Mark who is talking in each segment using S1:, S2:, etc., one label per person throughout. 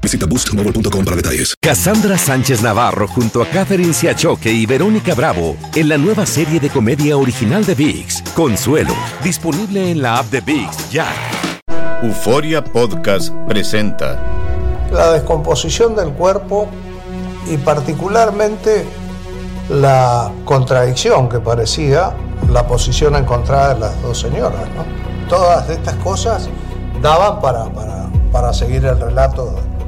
S1: Visita boostmobile.com para detalles.
S2: Cassandra Sánchez Navarro junto a Catherine Siachoque y Verónica Bravo en la nueva serie de comedia original de VIX, Consuelo, disponible en la app de VIX ya.
S3: Euforia Podcast presenta.
S4: La descomposición del cuerpo y particularmente la contradicción que parecía la posición encontrada de las dos señoras. ¿no? Todas estas cosas daban para, para, para seguir el relato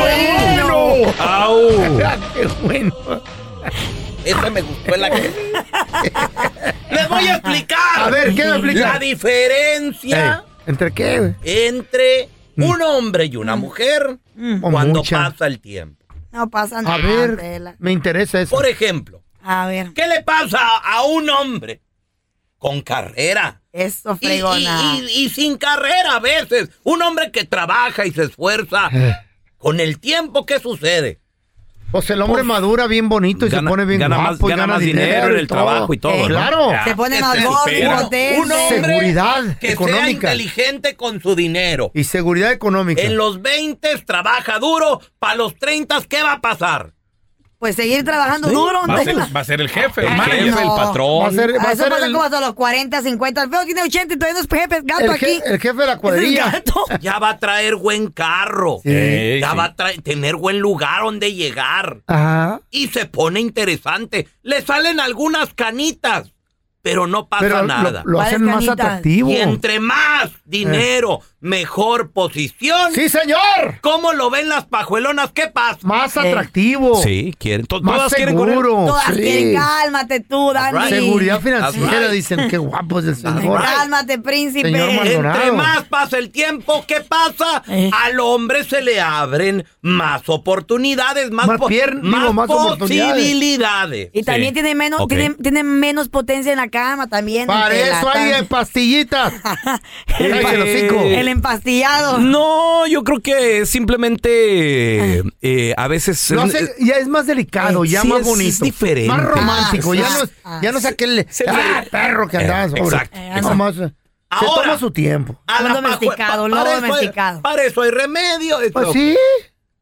S5: bueno!
S6: ¡Qué bueno!
S7: Esta me gustó la que. Les voy a explicar.
S6: A ver, ¿qué me explicas?
S7: La diferencia
S6: Ey, ¿Entre qué? güey?
S7: entre
S5: Mm.
S7: un hombre y una mujer
S6: O
S7: Mm. cuando
S6: mucha.
S7: pasa el tiempo.
S8: No pasa nada.
S6: A ver,
S8: Tela.
S6: me interesa eso.
S7: Por ejemplo,
S8: A ver,
S7: ¿qué le pasa a un hombre con carrera?
S8: eso
S7: Y, y-
S8: fregona.
S7: y- y sin carrera a veces. Un hombre que trabaja y se esfuerza.
S6: Eh,
S7: Con el tiempo, ¿qué sucede?
S6: Pues el hombre madura bien bonito y
S5: Gana-
S6: se pone bien
S5: gana
S6: guapo
S5: más-
S6: y
S5: gana más dinero en el trabajo y todo,
S6: Eh,
S5: ¿no?
S6: Claro.
S5: Ya.
S8: Se pone
S7: que
S8: más
S7: se supera.
S8: gordo,
S7: Un hombre
S6: Seguridad
S7: que sea
S6: económica.
S7: inteligente con su dinero.
S6: Y seguridad económica.
S7: En los 20 trabaja duro, para los 30 ¿qué va a pasar?
S8: Pues seguir trabajando duro.
S9: Va a,
S8: Tela.
S9: ser, va a ser el jefe, el
S8: Ah,
S9: manager,
S8: no.
S9: el
S6: va a
S9: patrón.
S6: ser, va
S8: Ah,
S6: a
S8: Eso
S6: ser
S8: pasa
S6: el,
S8: como hasta los 40, 50. El feo tiene 80 y todavía no es jefe, es gato
S6: el je-
S8: aquí.
S6: el jefe de la
S8: Es
S6: cuadrilla.
S8: el gato.
S7: Ya va a traer buen carro,
S6: Sí.
S7: ya
S9: sí.
S7: va a tra- tener buen lugar donde llegar
S6: Ajá.
S7: y se pone interesante. Le salen algunas canitas, pero no pasa
S6: Pero
S7: nada.
S6: lo, lo hacen
S8: Varias
S6: más
S8: canitas.
S6: atractivo.
S7: y entre más dinero, mejor posición.
S6: Eh. ¡Sí, señor!
S7: ¿Cómo lo ven las pajuelonas? ¿Qué pasa?
S6: Más
S8: Eh.
S6: atractivo.
S5: Sí, quieren. to-
S6: Más
S5: todas quieren con él.
S6: seguro.
S8: Todas
S6: Sí.
S8: quieren, cálmate tú, Dani.
S7: right.
S6: Seguridad financiera,
S7: right.
S6: dicen. Qué guapo es el señor.
S8: Cálmate, príncipe.
S6: Señor Maldonado.
S7: Entre más pasa el tiempo, ¿qué pasa?
S8: Eh.
S7: Al hombre se le abren más oportunidades, más,
S6: Más
S7: po-
S6: pier- digo,
S7: más
S6: más oportunidades.
S7: posibilidades.
S8: Y también
S5: Sí.
S8: tiene menos,
S5: Ok.
S8: tiene, tiene menos potencia en la cama también.
S6: Para
S8: Tela,
S6: eso hay
S8: también.
S6: eh, pastillitas. Cállate el hocico.
S8: el empastillado.
S5: No, yo creo que simplemente
S6: Ah.
S5: eh, a veces
S6: Lo
S5: es- Eh,
S6: hace- ya es más delicado, ya
S5: sí,
S6: más
S5: es-
S6: bonito.
S5: es diferente.
S6: Más romántico.
S8: Ah,
S6: ya,
S8: sí.
S6: no, es- ya no es aquel
S5: Se-
S6: ah, perro que andaba
S5: Eh,
S6: sobre.
S5: exacto,
S6: No,
S5: exacto.
S6: más, eh, se
S7: Ahora.
S6: toma su tiempo.
S7: A
S8: Lo
S7: la pajue-
S8: domesticado, lo
S7: para eso hay-
S8: domesticado.
S7: para eso hay remedio. eso.
S6: Pues sí.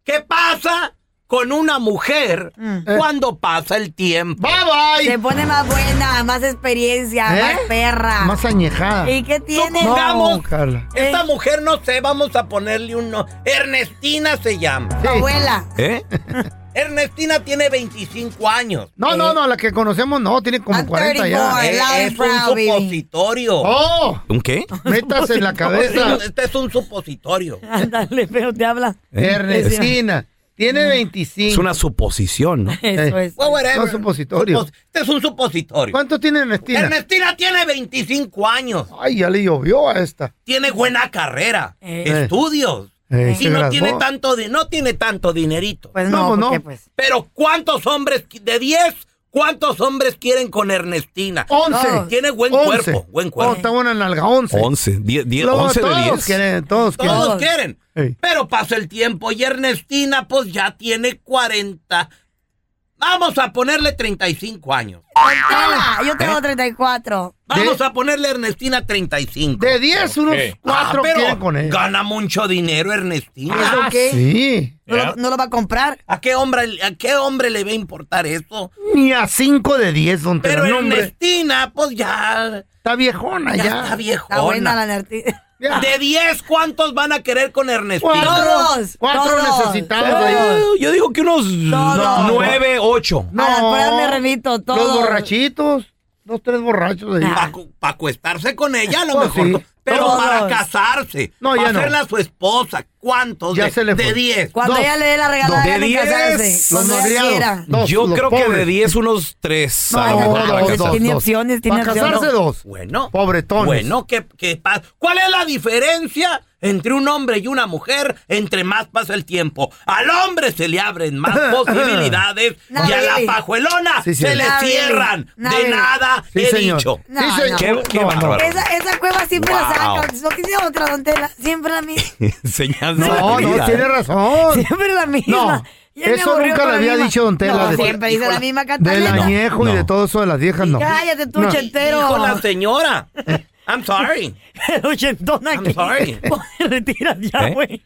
S7: ¿Qué pasa con una mujer
S8: Mm.
S6: Eh.
S7: cuando pasa el tiempo?
S6: Bye
S8: Se
S6: bye.
S8: pone más buena, más experiencia,
S6: ¿Eh?
S8: más perra.
S6: Más añejada.
S8: ¿Y qué tiene?
S7: No.
S6: No,
S7: Vamos.
S6: Carla.
S7: Esta
S8: Eh.
S7: mujer, no sé, vamos a ponerle un no- Ernestina se llama.
S6: Sí.
S8: Abuela.
S5: ¿Eh?
S7: Ernestina tiene 25 años.
S6: No,
S8: eh.
S6: no, no, la que conocemos no, tiene como
S8: I'm
S6: 40 ya.
S8: 34. I
S7: Eh,
S8: love
S7: es
S8: you,
S7: un
S8: proud baby.
S7: supositorio.
S6: ¡Oh!
S5: ¿Un qué?
S6: Métase en la cabeza.
S7: Este es un supositorio.
S8: Ándale, pero te habla.
S6: Eh, Ernestina. Tiene 25.
S5: Es una suposición, ¿no?
S6: Eh.
S8: Eso es.
S7: Well, whatever.
S6: No, supositorio.
S7: Supos- Este es un supositorio.
S6: ¿Cuánto tiene Ernestina?
S7: Ernestina tiene 25 años.
S6: Ay, ya le llovió a esta.
S7: Tiene buena carrera,
S8: Eh.
S7: estudios.
S6: Eh,
S7: y
S6: se
S7: no
S6: graduó.
S7: tiene, tanto di- no tiene tanto dinerito.
S8: Pues
S6: No,
S8: no,
S6: no.
S8: porque pues.
S7: Pero ¿cuántos hombres de 10? ¿Cuántos hombres quieren con Ernestina?
S6: Once.
S7: No, Tiene buen
S6: Once.
S7: cuerpo, buen
S6: Oh,
S7: cuerpo.
S6: está buena nalga, 11.
S5: 11, 10, 10,
S6: Luego,
S5: 11 de
S6: todos
S5: 10.
S6: quieren, todos quieren.
S7: Todos quieren.
S6: Ey.
S7: Pero pasa el tiempo y Ernestina pues ya tiene 40. Vamos a ponerle 35 años.
S8: Tela, yo
S6: ¿Eh?
S8: tengo 34.
S7: Vamos a ponerle a Ernestina 35.
S6: De 10, unos
S7: Ah,
S6: 4
S7: pero
S6: quieren con él.
S7: gana mucho dinero Ernestina.
S8: ¿Eso qué?
S6: Sí.
S8: No, lo, no lo va a comprar.
S7: ¿A qué hombre, a qué hombre le va a importar eso?
S6: Ni a 5 de 10, don
S7: Pero
S6: Tela. No, hombre.
S7: Ernestina, pues ya,
S6: Está viejona
S7: ya,
S6: ya.
S7: está
S8: Está buena la
S7: viejona.
S8: Nertina.
S6: Ya.
S7: De 10, ¿cuántos van a querer con Ernestina?
S8: Todos.
S6: Cuatro
S8: todos.
S6: necesitamos ahí.
S5: yo digo que unos
S8: no,
S5: 9, 8.
S8: A las pruebas me remito, todos. Ah.
S6: Los borrachitos. Dos, tres borrachos. ahí.
S7: Para acostarse con ella, a lo
S6: Pues
S7: mejor.
S6: sí.
S7: Pero
S8: Todos.
S7: para casarse,
S6: No,
S7: para
S6: ya no.
S7: hacerla su esposa, ¿cuántos?
S6: Ya
S7: de,
S6: se le
S7: de
S6: fue.
S7: 10.
S8: Cuando
S6: Dos.
S8: ella le dé la
S5: Dos.
S8: regalada
S5: De
S8: de
S5: diez,
S8: casarse.
S5: los
S8: Cuando ella
S6: madreados.
S8: quiera.
S6: Dos,
S5: yo
S6: los
S5: creo que de
S6: pobres.
S5: 10, unos 3.
S6: No,
S8: Ah,
S6: dos,
S8: pues
S6: dos,
S8: tiene
S6: dos.
S8: opciones, tiene
S6: Para
S8: opciones.
S6: casarse dos.
S7: Bueno,
S6: Pobretones.
S7: Bueno, ¿qué, qué pasa? ¿Cuál es la diferencia entre un hombre y una mujer entre más pasa el tiempo? Al hombre se le abren más posibilidades
S8: No,
S7: y a la
S8: Billy.
S7: pajuelona
S6: Sí,
S7: se
S6: señor.
S7: le
S8: No, Billy.
S7: cierran.
S8: No,
S7: de
S8: Billy.
S7: nada
S6: Sí,
S7: he
S6: señor.
S7: dicho.
S8: No,
S6: Sí, señor.
S8: no.
S5: Qué- qué bárbaro.
S8: Esa, esa cueva siempre la
S5: Wow.
S8: saca. No quisiera otra dontela. Siempre la misma.
S5: Enseñanza.
S6: No,
S5: de vida,
S6: no, tiene
S5: ¿eh?
S6: razón.
S8: Siempre la misma.
S6: No,
S8: Ya me
S6: eso
S8: aburrió
S6: nunca le
S8: con la
S6: había
S8: misma.
S6: dicho don Tela
S8: No,
S6: de-
S8: siempre dice la
S7: Híjole.
S8: misma
S6: Del
S8: cantaleta.
S6: añejo y
S5: No.
S6: de todo eso de las viejas, no.
S8: Cállate tú,
S6: No.
S8: ochentero.
S7: Dijo la señora. I'm sorry.
S8: Ochentona
S7: I'm
S8: que-
S7: sorry.
S8: Retira ya,
S5: ¿Eh?
S8: güey.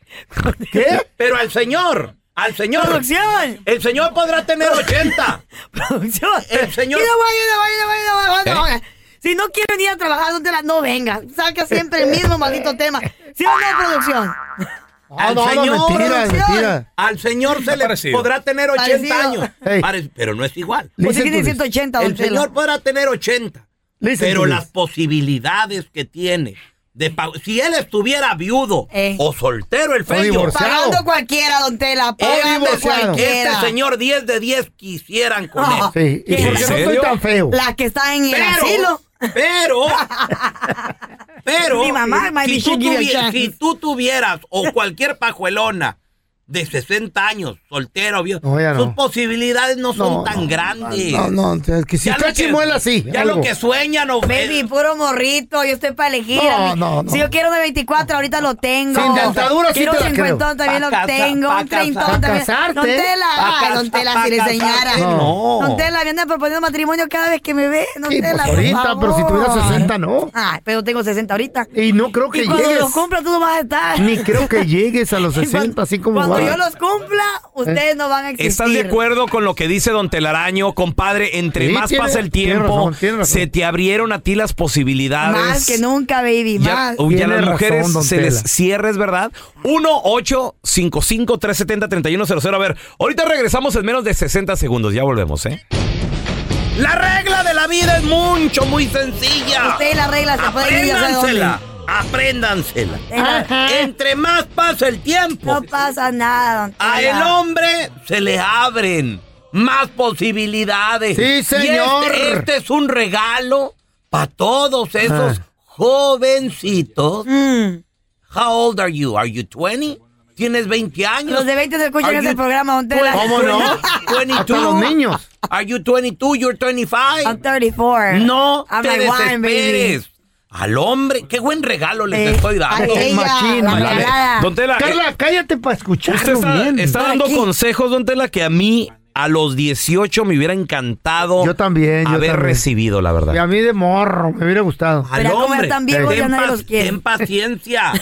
S6: ¿Qué?
S7: Pero al señor, al señor.
S8: Producción.
S7: El señor podrá tener 80.
S8: Producción.
S7: El señor-
S8: Mira, güey, mira, güey, mira, güey, mira,
S7: ¿Eh?
S8: güey, mira, güey. Si no quiere venir a trabajar, don Tela, no venga. Saca siempre el mismo maldito tema. ¿Sí o no, producción?
S6: Ah, no, no,
S7: señor,
S6: mentira,
S8: producción.
S6: mentira.
S7: Al señor se le
S5: Parecido.
S7: podrá tener 80
S8: Parecido.
S7: años.
S6: Ey.
S7: Pare- Pero no es igual.
S8: Usted
S6: Listen
S8: Pues tiene
S6: to this.
S8: 180, don
S7: El
S8: Tela.
S7: señor podrá tener 80,
S6: Listen
S7: pero
S6: to
S7: las
S6: this.
S7: posibilidades que tiene de pa- si él estuviera viudo
S8: Eh.
S7: o soltero el feo,
S6: divorciado.
S8: Pagando cualquiera, don Tela. Pagando
S6: divorciado.
S7: este
S8: cualquiera.
S7: señor 10 de 10 quisieran con él.
S8: Ah.
S6: Sí, ¿y por
S8: ¿En
S6: qué no estoy
S5: serio?
S6: tan feo?
S8: La que está en el
S7: Pero,
S8: asilo.
S7: pero, pero,
S8: Mi mamá, my
S7: si,
S8: bitch,
S7: tú
S8: give you a
S7: tuvi-
S8: chance.
S7: si tú tuvieras o cualquier pajuelona de 60 años, soltero, viejo,
S6: No, ya no.
S7: sus posibilidades no son
S6: No,
S7: tan
S6: no,
S7: grandes.
S6: No, no, es que si
S7: Ya
S6: está
S7: lo que-
S6: chimuela, sí.
S7: Ya
S6: algo.
S7: lo que eh, sueñan o
S8: Baby, puro morrito, yo estoy para elegir.
S6: No,
S8: a mí.
S6: no, no.
S8: Si yo quiero de 24, ahorita lo tengo.
S6: Sin dentadura sí
S8: quiero
S6: te la creo.
S8: también
S7: Pa'
S8: lo
S7: casa-
S8: tengo.
S7: pa'
S8: Un treintón
S6: casa- pa'
S8: también.
S6: casarte.
S8: Don Tela,
S7: Pa'
S8: ay,
S7: casa-
S8: don Tela,
S7: pa'
S8: si le
S7: casarte,
S8: enseñara.
S6: no.
S8: Don Tela, me andan proponiendo matrimonio cada vez que me ve. Don
S6: Sí, pues
S8: Tela, por
S6: ahorita, pero si tuviera
S8: favor.
S6: 60, no.
S8: Ay, pero tengo 60 ahorita.
S6: Y no creo que
S8: Y cuando
S6: llegues.
S8: los cumpla, tú no vas a estar.
S6: Ni creo que llegues a los
S8: Y cuando-
S6: 60, así como Eh,
S8: Cuando
S6: vas.
S8: yo los cumpla, ustedes no van a existir.
S5: ¿Estás de acuerdo con lo que dice don Telaraño, compadre? Entre
S6: Sí,
S5: más
S6: tiene-
S5: pasa el
S6: tiene
S5: tiempo,
S6: razón, tiene razón.
S5: se te abrieron a ti las posibilidades.
S8: Más que nunca, baby,
S5: Ya,
S8: más.
S5: uy, ya
S6: Tiene
S5: las
S6: razón,
S5: mujeres
S6: don
S5: se
S6: Tela.
S5: les cierra, es verdad. 1-855-370-3100. A ver, ahorita regresamos en menos de 60 segundos. Ya volvemos, ¿eh?
S7: La regla de la vida es mucho, muy sencilla.
S8: Ustedes la regla se pueden ir ya sabe dónde.
S7: Apréndansela, apréndansela.
S6: Eh. Ah.
S8: Ajá.
S7: Entre más pasa el tiempo,
S8: No pasa nada, don
S5: Ah,
S7: a
S8: Tela.
S7: el hombre se le abren más posibilidades.
S6: Sí,
S7: Y este-
S6: señor.
S7: Este, es un regalo para todos esos
S6: Ah.
S7: jovencitos.
S8: Mm.
S7: How old are you? Are you 20? ¿Tienes 20 años?
S8: Los de 20 se escuchan
S7: Are
S8: en
S7: you
S8: este programa, don Tela.
S7: 20?
S6: ¿Cómo no?
S7: 22.
S6: Hasta los niños.
S7: Are you 22? You're 25?
S8: I'm 34.
S7: No
S8: I'm
S7: te
S8: like, wine, baby.
S7: desesperes. Al hombre, qué buen regalo les
S8: Eh,
S7: estoy dando.
S8: a ella,
S6: Machín,
S8: la
S6: machín.
S5: Dale.
S8: regalada.
S5: Don Tela, eh,
S6: Carla, cállate para escucharlo
S5: Usted está,
S6: bien.
S5: está dando
S8: Aquí.
S5: consejos, don Tela, que a mí a los 18 me hubiera encantado
S6: Yo también, yo
S5: haber
S6: también.
S5: recibido, la
S6: Y
S5: verdad.
S6: a mí de morro, me hubiera gustado.
S7: Al
S8: Pero como
S7: hombre,
S8: están viejos, ya
S7: ten,
S8: nadie
S7: pa-
S8: los quiere.
S7: ten paciencia.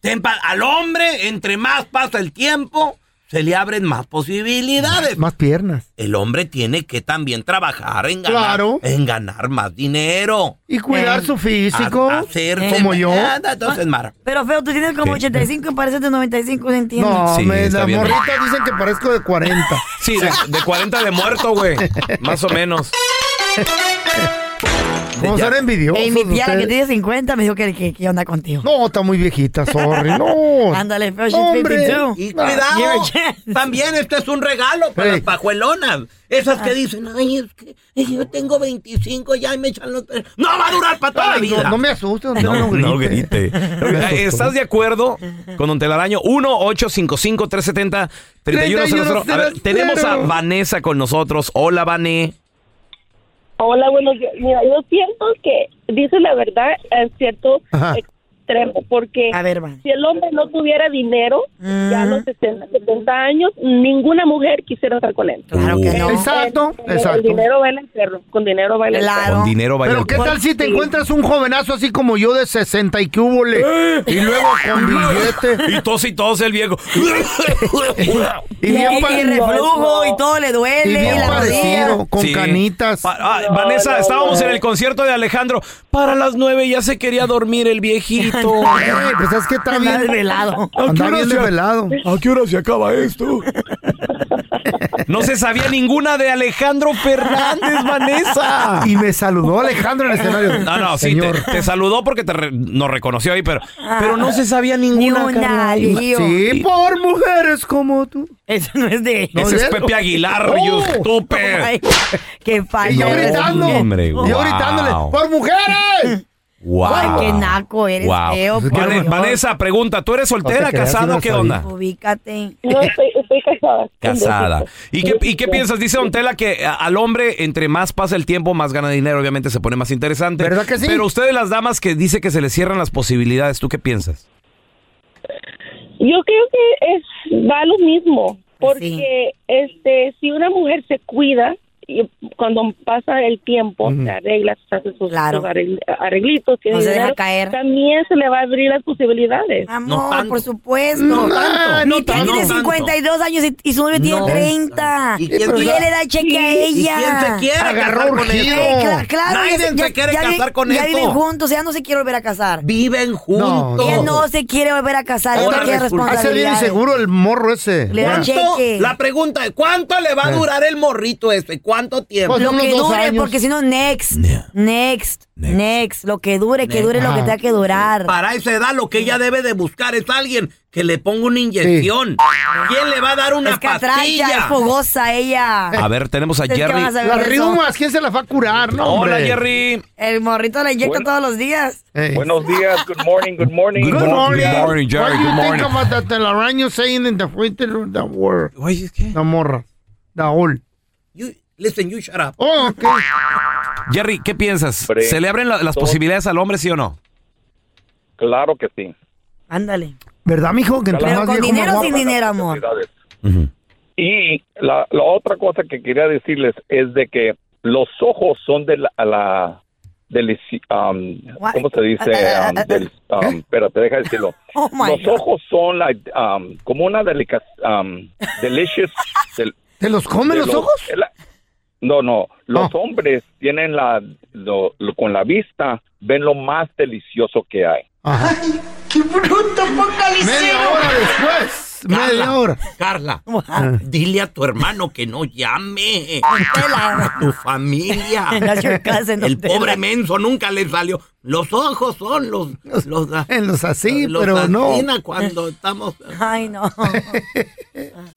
S7: Ten pa- al hombre, entre más pasa el tiempo, se le abren más posibilidades.
S6: Más piernas.
S7: El hombre tiene que también trabajar en ganar,
S6: Claro.
S7: en ganar más dinero.
S6: Y cuidar su físico.
S7: Eh, A- hacerse-
S6: como yo.
S7: Ah, Entonces, Mara.
S8: Pero feo, tú tienes como
S5: ¿Qué?
S8: 85 y pareces de 95, no entiendo.
S6: No,
S5: Sí,
S6: me,
S5: está
S6: las
S5: bien.
S6: morritas dicen que parezco de 40.
S5: Sí, de, de 40 de muerto, güey. Más o menos.
S6: Vamos a ser envidiosos.
S8: Ey, mi tía, la que
S6: ustedes.
S8: tiene 50, me dijo que, que, que onda contigo.
S6: No, está muy viejita, sorry. No.
S8: Ándale, feo, she's
S6: Hombre.
S8: 52.
S7: Y
S6: Ah,
S7: cuidado, también este es un regalo para
S6: Ey.
S7: las pajuelonas. Esas que dicen, ay, es que yo tengo 25, ya y me echan los... pe-". No va a durar para toda la
S6: Ay,
S7: vida.
S6: no, no me asustes, no,
S5: No, no grite.
S6: Me asustó.
S5: ¿Estás de acuerdo con Don Telaraño? 1-855-370-3100. A ver, tenemos a Vanessa con nosotros. Hola, Vané.
S9: Hola, bueno, yo, mira, yo siento que dice la verdad en cierto extremo, porque si el hombre no tuviera dinero, ya a los 60, 70 años, ninguna mujer quisiera estar con él.
S6: Claro que no.
S9: Exacto, Con
S6: exacto.
S9: dinero baila el perro, con dinero baila el perro.
S6: Con
S2: dinero
S6: Pero ¿qué tal si te encuentras un jovenazo así como yo de 60 y que hubo le?
S7: Eh.
S6: Y luego con billete.
S5: Y tose y tose el viejo.
S8: Y, y
S6: pa-
S8: reflujo y todo le duele.
S6: Y bien
S8: la rodilla.
S6: parecido, con
S5: Sí.
S6: canitas.
S5: Pa- ah, Vanessa,
S9: no,
S5: estábamos
S9: no.
S5: en el concierto de Alejandro. Para las nueve ya se quería dormir el viejito.
S6: Eh, pues es que está
S8: Andaba
S6: bien.
S8: desvelado.
S6: Anda bien desvelado.
S5: ¿A qué hora se acaba esto? No se sabía ninguna de Alejandro Fernández, Vanessa.
S6: Y me saludó Alejandro en el escenario.
S5: Ah. No, no, sí, te,
S6: Señor.
S5: te saludó porque te re- nos reconoció ahí, pero, pero no se sabía ninguna.
S8: Ni una,
S5: carnal.
S8: Dios.
S6: Sí, por mujeres como tú.
S8: Eso no es de...
S6: No,
S5: Ese es
S6: ¿cierto?
S5: Pepe Aguilar,
S6: Oh.
S5: you stupid.
S8: Ay, qué falla.
S6: Y yo
S8: de
S6: gritando.
S2: hombre,
S6: y yo
S2: wow.
S6: gritándole. ¡Por mujeres!
S2: Wow.
S8: Ay, qué naco eres,
S2: Wow.
S8: feo.
S6: Pues es que
S8: por
S5: Vane-
S8: Dios.
S5: Vanessa, pregunta, ¿tú eres soltera,
S6: No te creas, sí
S5: casado,
S6: lo
S5: qué
S6: sabía.
S5: onda?
S8: Ubícate.
S9: No, estoy, estoy casada.
S2: Casada.
S5: ¿Y qué, ¿Y
S6: este,
S5: qué piensas? Dice Don Tela que a- al hombre, entre más pasa el tiempo, más gana dinero, obviamente se pone más interesante.
S6: ¿Verdad que sí?
S5: Pero ustedes, las damas, que dice que se les cierran las posibilidades, ¿tú qué piensas?
S9: Yo creo que es va a lo mismo, porque este si una mujer se cuida y cuando pasa el tiempo, se arregla, se hace sus,
S8: Claro.
S9: sus arregl- arreglitos, tiene
S8: No se deja
S9: dinero,
S8: caer.
S9: también se le va a abrir las posibilidades.
S5: No
S8: Amor,
S5: tanto.
S8: por supuesto.
S6: No tanto.
S8: Mi
S6: No
S8: tía
S6: tanto.
S8: tiene
S6: No tanto.
S8: 52 años y, y su novio tiene
S6: No.
S8: 30.
S10: ¿Y
S8: Y,
S10: quién
S8: ella
S10: te-
S8: le da cheque a
S10: ¿Y
S8: ella.
S10: quién se quiere
S6: Agarró
S10: casar con
S6: urgido.
S10: él?
S8: Eh, cla- claro,
S10: Nadie se quiere casar
S8: vi-
S10: con
S8: ya
S10: esto.
S8: viven juntos, ella no se quiere volver a casar.
S10: Viven
S6: No,
S10: juntos.
S6: no.
S8: Ella no se quiere volver a casar, ella
S10: Ahora
S8: no quiere
S10: resulta-
S6: Hace bien
S8: responsabilidades.
S6: inseguro el morro ese.
S8: Le dan
S6: Ya.
S10: ¿Cuánto?
S8: cheque. Eh.
S10: La pregunta es, ¿cuánto le va a durar el morrito ese? ¿Cuánto tiempo?
S6: Pues,
S8: Lo
S6: unos
S8: que
S6: dos
S8: dure,
S6: años.
S8: porque si no, next, next, next, lo que dure, que
S10: Next.
S8: dure lo que
S6: Ajá.
S8: tenga que durar.
S10: Para esa edad lo que ella debe de buscar es alguien que le ponga una inyección. ¿Quién le va a dar una
S8: Es catracha, es
S10: pastilla?
S8: fogosa ella.
S5: A ver, tenemos a
S8: Es que
S5: Jerry.
S8: vas a ver
S6: Las
S8: eso.
S6: riumas, ¿quién se las va a curar? No,
S5: Hola,
S6: hombre.
S5: Jerry.
S8: El morrito la inyecta todos los días.
S6: Hey.
S11: Buenos días, good morning, good morning.
S6: Good
S5: Good
S6: morning.
S5: morning, Jerry,
S6: What do
S5: good
S6: you
S5: morning.
S6: think about that telaraño saying in the winter of the world? La morra. La ol.
S10: You- listen, you shut up.
S6: Oh, ok.
S5: Jerry, ¿qué piensas?
S11: Hombre,
S5: ¿Se le abren la- las
S11: todo-
S5: posibilidades al hombre, sí o no?
S11: Claro que sí.
S8: Ándale.
S6: ¿Verdad, mijo? Que entre
S8: Pero
S6: más
S8: con
S6: viejo, más
S8: dinero
S6: guapo.
S8: sin dinero, amor.
S11: Felicidades. Y Ah, la, la otra cosa que quería decirles es de que los ojos son de la... la- del isi- um,
S8: What?
S11: ¿Cómo se dice?
S8: Ah, ah,
S11: Um,
S8: ah,
S11: del- um, espérate, deja de decirlo.
S8: Oh my
S11: los
S8: God.
S11: ojos son la, um, como una delica, um, delicious... del-
S6: ¿Te los comen
S11: de
S6: los
S11: los-
S6: ojos?
S11: el- no, no. Los
S6: Oh.
S11: hombres tienen la... lo- lo- con la vista ven lo más delicioso que hay.
S6: Ajá. Media hora después. Media hora.
S10: Carla, dile a tu hermano que no llame. A tu familia.
S8: That's your cousin,
S10: El
S8: Don Tela.
S10: pobre menso nunca le salió. Los ojos son los... los
S6: En los así,
S10: los
S6: pero no.
S10: asesina cuando estamos...
S8: Ay, no.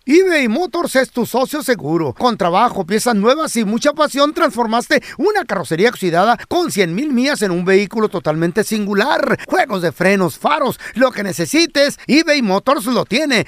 S6: eBay Motors es tu socio seguro. Con trabajo, piezas nuevas y mucha pasión, transformaste una carrocería oxidada con 100 mil millas en un vehículo totalmente singular. Juegos de frenos, faros, lo que necesites, eBay Motors lo tiene.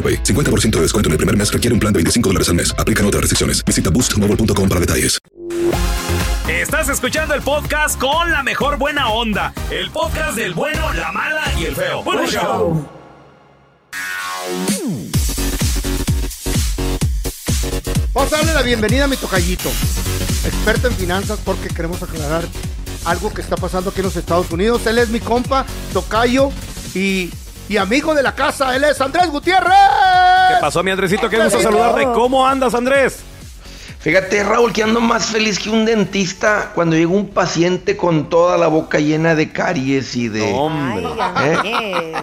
S1: 50% de descuento en el primer mes requiere un plan de 25 dólares al mes. Aplican otras restricciones. Visita boostmobile.com para detalles.
S5: Estás escuchando el podcast con la mejor buena onda. El podcast del bueno, la mala y el feo. ¡Buen show!
S6: Vamos a darle la bienvenida a mi tocallito, experto en finanzas, porque queremos aclarar algo que está pasando aquí en los Estados Unidos. Él es mi compa, tocayo y, y amigo de la casa. Él es Andrés Gutiérrez.
S5: ¿Qué pasó, mi Andresito? Qué gusto saludarte. ¿Cómo andas, Andrés?
S7: Fíjate, Raúl, que ando más feliz que un dentista cuando llega un paciente con toda la boca llena de caries y de.
S5: Hombre.
S7: ¿Eh?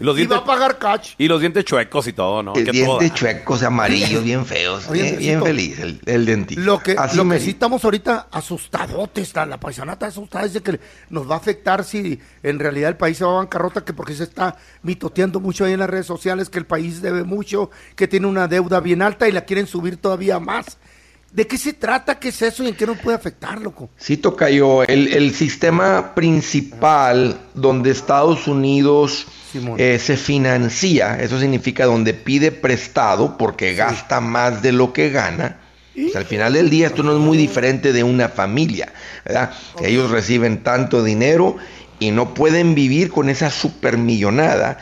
S5: Y los dientes,
S6: pagar cash.
S5: y los dientes chuecos y todo, ¿no?
S7: El
S5: Qué
S7: dientes
S5: toda.
S7: chuecos, amarillos, bien feos.
S6: Oye,
S7: bien, bien
S6: Andresito.
S7: feliz el, el dentista.
S6: Lo que,
S7: Así
S6: lo que
S7: me-
S6: sí estamos ahorita asustadotes, la, la paisanata asustada, es de que nos va a afectar si en realidad el país se va a bancarrota, que porque se está mitoteando mucho ahí en las redes sociales, que el país debe mucho, que tiene una deuda bien alta y la quieren subir todavía más. ¿De qué se trata? ¿Qué es eso y en qué nos puede afectar, loco?
S7: Sí, Tocayo, el, el sistema principal donde Estados Unidos eh, se financia, eso significa donde pide prestado porque gasta más de lo que gana. Pues, al final del día esto no es muy diferente de una familia, ¿verdad? Ellos reciben tanto dinero y no pueden vivir con esa supermillonada.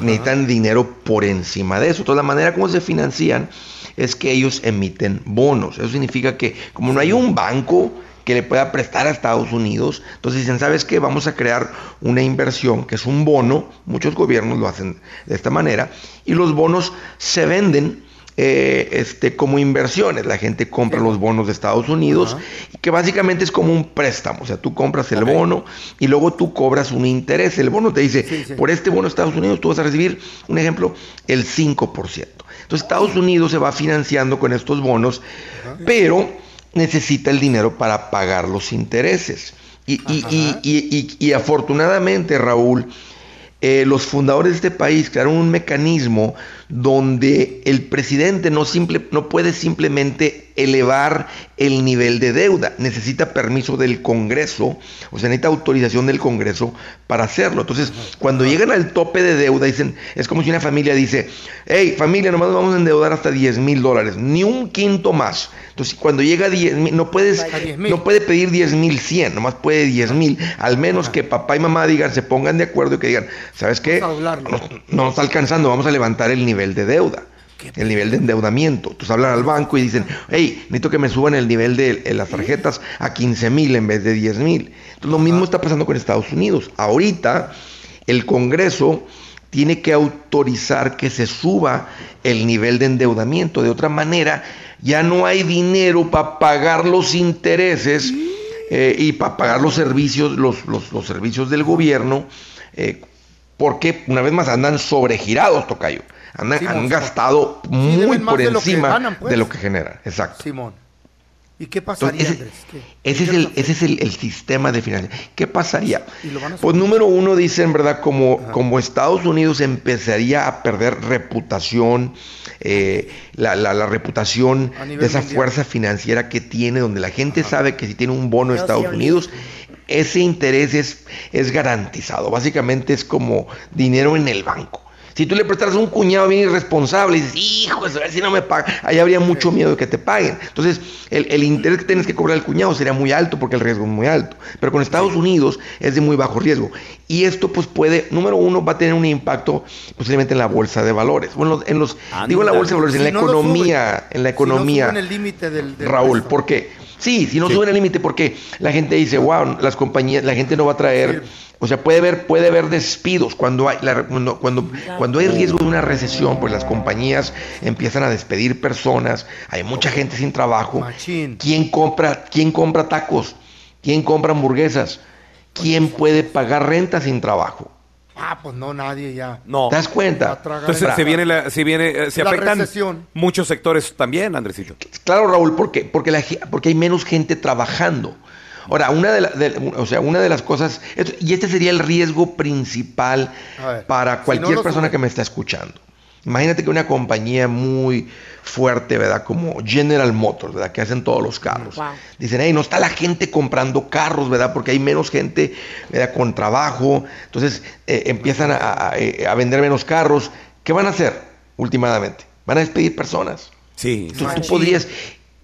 S7: Necesitan dinero por encima de eso. Entonces la manera como se financian es que ellos emiten bonos. Eso significa que como no hay un banco que le pueda prestar a Estados Unidos, entonces dicen, ¿sabes qué? Vamos a crear una inversión que es un bono, muchos gobiernos lo hacen de esta manera, y los bonos se venden eh, este, como inversiones. La gente compra los bonos de Estados Unidos, y que básicamente es como un préstamo. O sea, tú compras el bono y luego tú cobras un interés. El bono te dice, por este bono de Estados Unidos tú vas a recibir, un ejemplo, el 5%. Entonces Estados Unidos se va financiando con estos bonos, pero necesita el dinero para pagar los intereses. Y, y- y- y- y- y afortunadamente, Raúl, eh, los fundadores de este país crearon un mecanismo donde el presidente no, simple, no puede simplemente elevar el nivel de deuda, necesita permiso del Congreso, o sea, necesita autorización del Congreso para hacerlo. Entonces, cuando llegan al tope de deuda, dicen, es como si una familia dice, hey, familia, nomás nos vamos a endeudar hasta 10 mil dólares, ni un quinto más. Entonces, cuando llega a 10 mil, no puedes,
S6: Hasta 10,000.
S7: no puede pedir 10 mil 100, nomás puede 10 mil, al menos que papá y mamá digan, se pongan de acuerdo y que digan, ¿sabes qué? no nos está alcanzando, vamos a levantar el nivel de deuda, el nivel de endeudamiento. Entonces hablan al banco y dicen, hey, necesito que me suban el nivel de eh, las tarjetas a 15 mil en vez de 10 mil. Entonces lo mismo está pasando con Estados Unidos. Ahorita el Congreso tiene que autorizar que se suba el nivel de endeudamiento. De otra manera, ya no hay dinero para pagar los intereses eh, y para pagar los servicios, los, los- los servicios del gobierno. eh, porque una vez más andan sobregirados, Tocayo. Andan,
S6: Sí,
S7: han
S6: mos-
S7: gastado muy
S6: deben más
S7: por
S6: de lo que
S7: encima
S6: ganan, pues.
S7: de lo que generan. Exacto.
S6: Simón. ¿Y qué pasaría,
S7: Entonces,
S6: Andrés? ¿Qué?
S7: Ese es el, ese es el, el sistema de financiación. ¿Qué pasaría?
S6: Y lo van a
S7: Pues número uno, dicen, ¿verdad? Como, como Estados Unidos empezaría a perder reputación, eh, la, la- la reputación
S6: A nivel
S7: de esa
S6: mundial.
S7: fuerza financiera que tiene, donde la gente sabe que si tiene un bono de
S6: Yo sí
S7: Estados
S6: olí.
S7: Unidos, ese interés es, es garantizado. Básicamente es como dinero en el banco. Si tú le prestaras a un cuñado bien irresponsable y dices, hijo, eso, a ver si no me paga, ahí habría mucho miedo de que te paguen. Entonces, el, el interés que tienes que cobrar al cuñado sería muy alto porque el riesgo es muy alto. Pero con Estados Unidos es de muy bajo riesgo. Y esto, pues puede, número uno, va a tener un impacto posiblemente en la bolsa de valores. Bueno, en los, eh, digo en la bolsa de valores, en
S6: Si
S7: la
S6: no lo
S7: economía, en la
S6: Si no
S7: economía.
S6: suben el límite del, del
S7: Raúl,
S6: precio.
S7: ¿por qué? Sí, si no suben el límite, porque la gente dice, wow, las compañías, la gente no va a traer, o sea, puede haber, puede haber despidos cuando hay, la- cuando, cuando, cuando hay riesgo de una recesión, pues las compañías empiezan a despedir personas, hay mucha gente sin trabajo. ¿Quién compra, quién compra tacos? ¿Quién compra hamburguesas? ¿Quién puede pagar renta sin trabajo?
S6: Ah, pues no, nadie ya.
S5: No.
S7: ¿Te das cuenta?
S5: Entonces se viene, la- se, viene eh, se
S6: La
S5: afectan
S6: recesión.
S5: muchos sectores también, Andresito.
S7: Claro, Raúl, ¿por qué? Porque, la ge- porque hay menos gente trabajando. Ahora, una de, la- de- o sea, una de las cosas, esto- y este sería el riesgo principal
S6: A ver, si
S7: para
S6: no
S7: cualquier
S6: lo
S7: persona
S6: sube.
S7: que me está escuchando. Imagínate que una compañía muy fuerte, ¿verdad? Como General Motors, ¿verdad? Que hacen todos los carros. Dicen, hey, no está la gente comprando carros, ¿verdad? Porque hay menos gente, ¿verdad? Con trabajo. Entonces eh, empiezan a, a- eh, a vender menos carros. ¿Qué van a hacer últimamente? Van a despedir personas.
S5: Sí.
S7: Entonces tú podrías,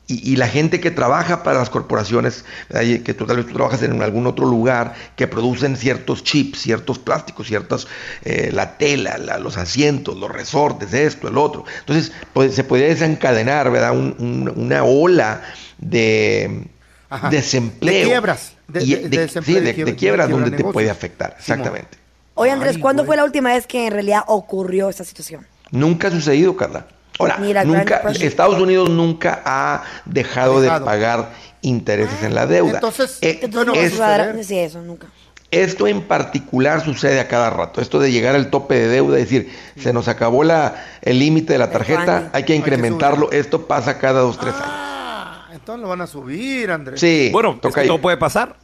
S7: y, y la gente que trabaja para las corporaciones, ¿verdad? Y que tú tal vez tú trabajas en algún otro lugar, que producen ciertos chips, ciertos plásticos, ciertas, eh, la tela, la- los asientos, los resortes, esto, el otro. Entonces, pues, se podría desencadenar, ¿verdad? Un- un- una ola de
S6: Ajá.
S7: desempleo.
S6: De quiebras, de-
S7: Y-
S6: de- de
S7: sí,
S6: desempleo,
S7: de-
S6: de quiebra-
S7: de
S6: de
S7: quiebras
S6: quiebra
S7: donde te
S6: negocios.
S7: puede afectar, exactamente.
S8: Oye, Andrés, ¿cuándo fue la última vez que en realidad ocurrió esa situación?
S7: Nunca ha sucedido, Carla. Ahora,
S8: Ni la
S7: nunca,
S8: Grand Prix.
S7: Estados Unidos nunca ha dejado, de
S8: Dejado.
S7: pagar intereses en la deuda.
S8: Entonces,
S7: entonces
S8: no
S7: es-
S8: va a suceder. Sí, eso nunca.
S7: Esto en particular sucede a cada rato. Esto de llegar al tope de deuda, es decir, se nos acabó la, el límite de la tarjeta,
S6: cuánto?
S7: hay que
S6: Hay que
S7: incrementarlo. Esto pasa cada dos,
S8: Ah,
S7: tres años.
S6: Ah, Entonces lo van a subir, Andrés.
S7: Sí.
S6: toca
S7: todo puede
S5: pasar.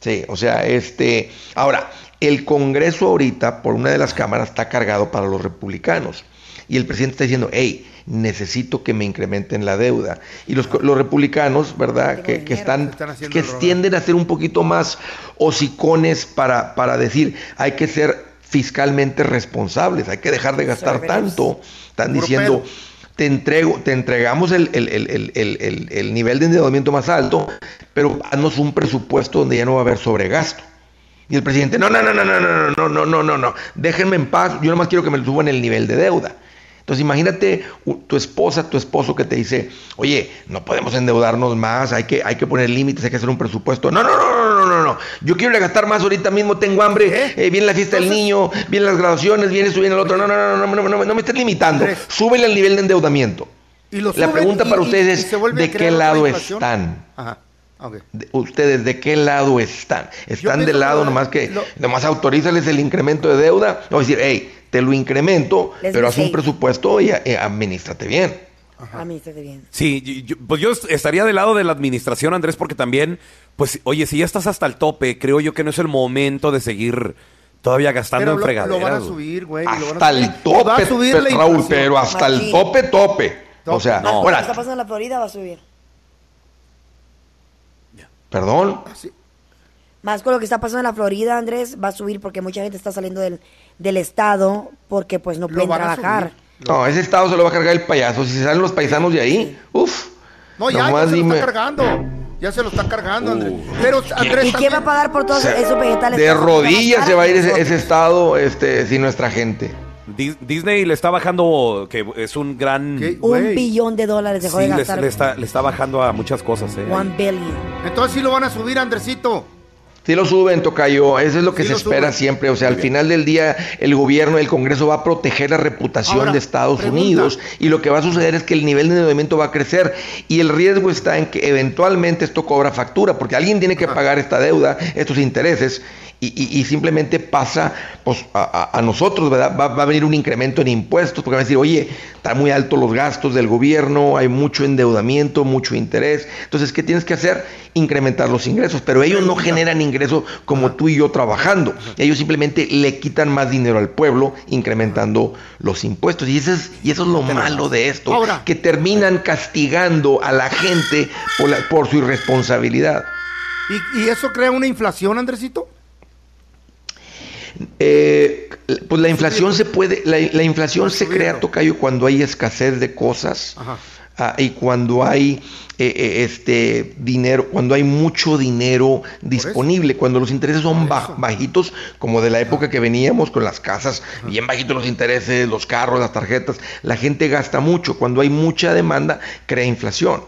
S7: Sí, o sea, este. Ahora, el Congreso ahorita, por una de las cámaras, está cargado para los republicanos. Y el presidente está diciendo, hey, necesito que me incrementen la deuda. Y los, co- los republicanos, ¿verdad? Que, que están,
S6: haciendo
S7: que
S6: el rogar.
S7: tienden a ser un poquito más hocicones para, para decir, hay que ser fiscalmente responsables, hay que dejar de gastar
S6: Conservadores.
S7: tanto. Están
S6: Puro
S7: diciendo, te, entrego, te entregamos el, el- el- el- el- el- el nivel de endeudamiento más alto, pero haznos un presupuesto donde ya no va a haber sobregasto. Y el presidente, no, no, no, no, no, no, no, no, no, no, no, déjenme en paz, yo nomás quiero que me suban el nivel de deuda. Entonces imagínate u- tu esposa, tu esposo que te dice, oye, no podemos endeudarnos más, hay que, hay que poner límites, hay que hacer un presupuesto. No, no, no, no, no, no, no. Yo quiero ir a gastar más ahorita mismo, tengo hambre, eh, viene la fiesta del niño, vienen las graduaciones, viene eso, viene el otro. No, no, no, no, no, no, no, no me estés limitando.
S6: Andrés.
S7: Súbele el nivel de endeudamiento.
S6: Y lo
S7: La
S6: suben
S7: pregunta
S6: y-
S7: para
S6: y-
S7: ustedes
S6: y se
S7: es,
S6: vuelve a
S7: ¿de qué
S6: crear otra
S7: lado
S6: inflación.
S7: están?
S6: Ajá. ok.
S7: de- ustedes de qué lado están. Están
S6: pienso
S7: del lado
S6: que-
S7: nomás que
S6: lo-
S7: nomás autorízales el incremento de deuda, no decir, hey, te lo incremento,
S8: Les
S7: pero haz un
S8: dije.
S7: presupuesto y eh, administrate bien.
S8: A mí está bien.
S5: Sí, y- yo- pues yo est- estaría del lado de la administración, Andrés, porque también, pues, oye, si ya estás hasta el tope, creo yo que no es el momento de seguir todavía gastando
S6: Pero
S5: en
S6: lo,
S5: fregaderas.
S6: lo van a
S5: güey.
S6: subir, güey. lo van a
S7: Hasta el
S6: subir. Y va a
S7: tope,
S6: subir
S7: pe-
S6: la
S7: Raúl,
S6: inflación.
S7: pero hasta el
S8: Machín.
S7: tope, tope. O sea,
S8: No, lo que está
S7: ahora,
S8: pasando en la Florida va a subir.
S7: perdón,
S8: Más con lo que está pasando en la Florida, Andrés, va a subir porque mucha gente está saliendo del, del estado porque pues no pueden
S6: van a
S8: trabajar.
S7: no, ese estado se lo va a cargar el payaso. Si se salen los paisanos de ahí, uff.
S6: No, ya, ya
S7: nomás
S6: se lo
S7: dime.
S6: está cargando. Ya se lo está cargando, Andrés.
S5: Oh.
S6: Pero, Andrés,
S8: ¿Y quién va a pagar por todos
S7: Se-
S8: esos vegetales?
S7: De rodillas se va a ir ese, ese estado este, sin nuestra gente.
S5: Dis- Disney le está bajando, que es un gran...
S8: Un billón de dólares dejó
S5: Sí,
S8: de
S5: le-
S8: gastar.
S5: le, está, le está bajando a muchas cosas, ¿eh?
S8: One billion.
S6: Entonces sí lo van a subir, Andresito.
S7: Si lo suben, Tocayo, eso es lo que se
S6: lo
S7: espera
S6: suben.
S7: siempre. O sea, al final del día, el gobierno, el Congreso va a proteger la reputación
S6: Ahora,
S7: de Estados
S6: pregunta.
S7: Unidos y lo que va a suceder es que el nivel de endeudamiento va a crecer y el riesgo está en que eventualmente esto cobra factura, porque alguien tiene que pagar esta deuda, estos intereses, y, y- y simplemente pasa pues, a, a- a nosotros, ¿verdad? Va, va a venir un incremento en impuestos, porque van a decir, oye, están muy altos los gastos del gobierno, hay mucho endeudamiento, mucho interés. Entonces, ¿qué tienes que hacer? Incrementar los ingresos, pero ellos no generan ingresos como tú y yo trabajando. Ellos simplemente le quitan más dinero al pueblo incrementando los impuestos. Y, ese es, y eso es lo malo de esto,
S6: Ahora.
S7: que terminan castigando a la gente por, la- por su irresponsabilidad.
S6: ¿Y, y eso crea una inflación, Andresito?
S7: Eh, pues la inflación se puede, la, la inflación se crea, Tocayo, cuando hay escasez de cosas ah, y cuando hay eh, eh, este dinero, cuando hay mucho dinero disponible, cuando los intereses son baj- bajitos, como de la época que veníamos con las casas, bien bajitos los intereses, los carros, las tarjetas, la gente gasta mucho, cuando hay mucha demanda, crea inflación.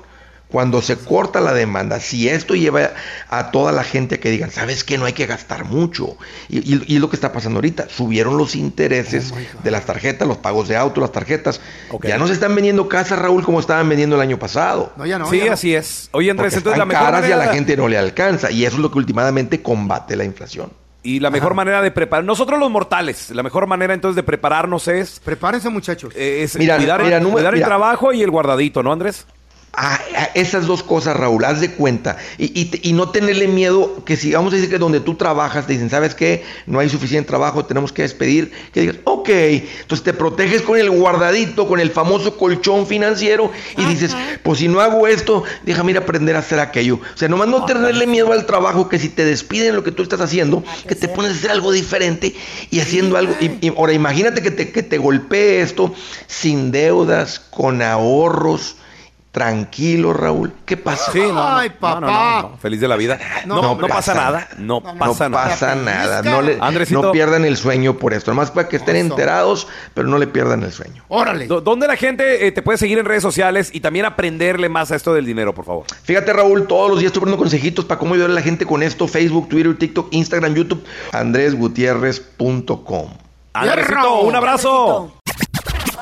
S7: Cuando se corta la demanda, si esto lleva a toda la gente a que digan, ¿sabes qué? No hay que gastar mucho. Y, y- y es lo que está pasando ahorita. Subieron los
S5: Oh
S7: intereses de las tarjetas, los pagos de auto, las tarjetas. Ya no se están vendiendo casas, Raúl, como estaban vendiendo el año pasado.
S6: No, ya no.
S5: sí,
S6: ya no.
S5: así es. Oye, Andrés,
S7: Porque
S5: entonces la
S7: están
S5: mejor
S7: caras y a
S5: manera...
S7: la gente no le alcanza. Y eso es lo que últimamente combate la inflación.
S5: Y la mejor manera de preparar... Nosotros los mortales, la mejor manera entonces de prepararnos es... eh,
S6: Prepárense, muchachos.
S5: Es
S7: Mira,
S5: cuidar,
S7: mira, número-
S5: cuidar el
S7: mira.
S5: trabajo y el guardadito, ¿no, Andrés?
S7: a- a esas dos cosas, Raúl, haz de cuenta. Y, y te- y no tenerle miedo que si vamos a decir que donde tú trabajas te dicen, ¿sabes qué? No hay suficiente trabajo, tenemos que despedir. Que digas, ok. Entonces te proteges con el guardadito, con el famoso colchón financiero y dices, pues si no hago esto, déjame ir a aprender a hacer aquello. O sea, nomás no tenerle miedo al trabajo que si te despiden lo que tú estás haciendo, que te pones a hacer algo diferente y haciendo algo. Y, y ahora imagínate que te, que te golpee esto sin deudas, con ahorros Tranquilo, Raúl. ¿Qué pasa?
S5: Sí, no, no,
S6: Ay,
S5: No, no, no, no, Feliz de la vida. No, no, pasa nada. No pasa
S7: no
S5: nada.
S7: pasa nada. No, le-
S5: Andresito.
S7: no pierdan el sueño por esto. Nomás para que estén enterados, pero no le pierdan el sueño.
S6: Órale.
S5: ¿Dónde la gente eh, te puede seguir en redes sociales y también aprenderle más a esto del dinero, por favor?
S7: Fíjate, Raúl, todos los días estoy poniendo consejitos para cómo ayudar a la gente con esto. Facebook, Twitter, TikTok, Instagram, YouTube. AndrésGutierrez.com.
S5: Andresito, un abrazo.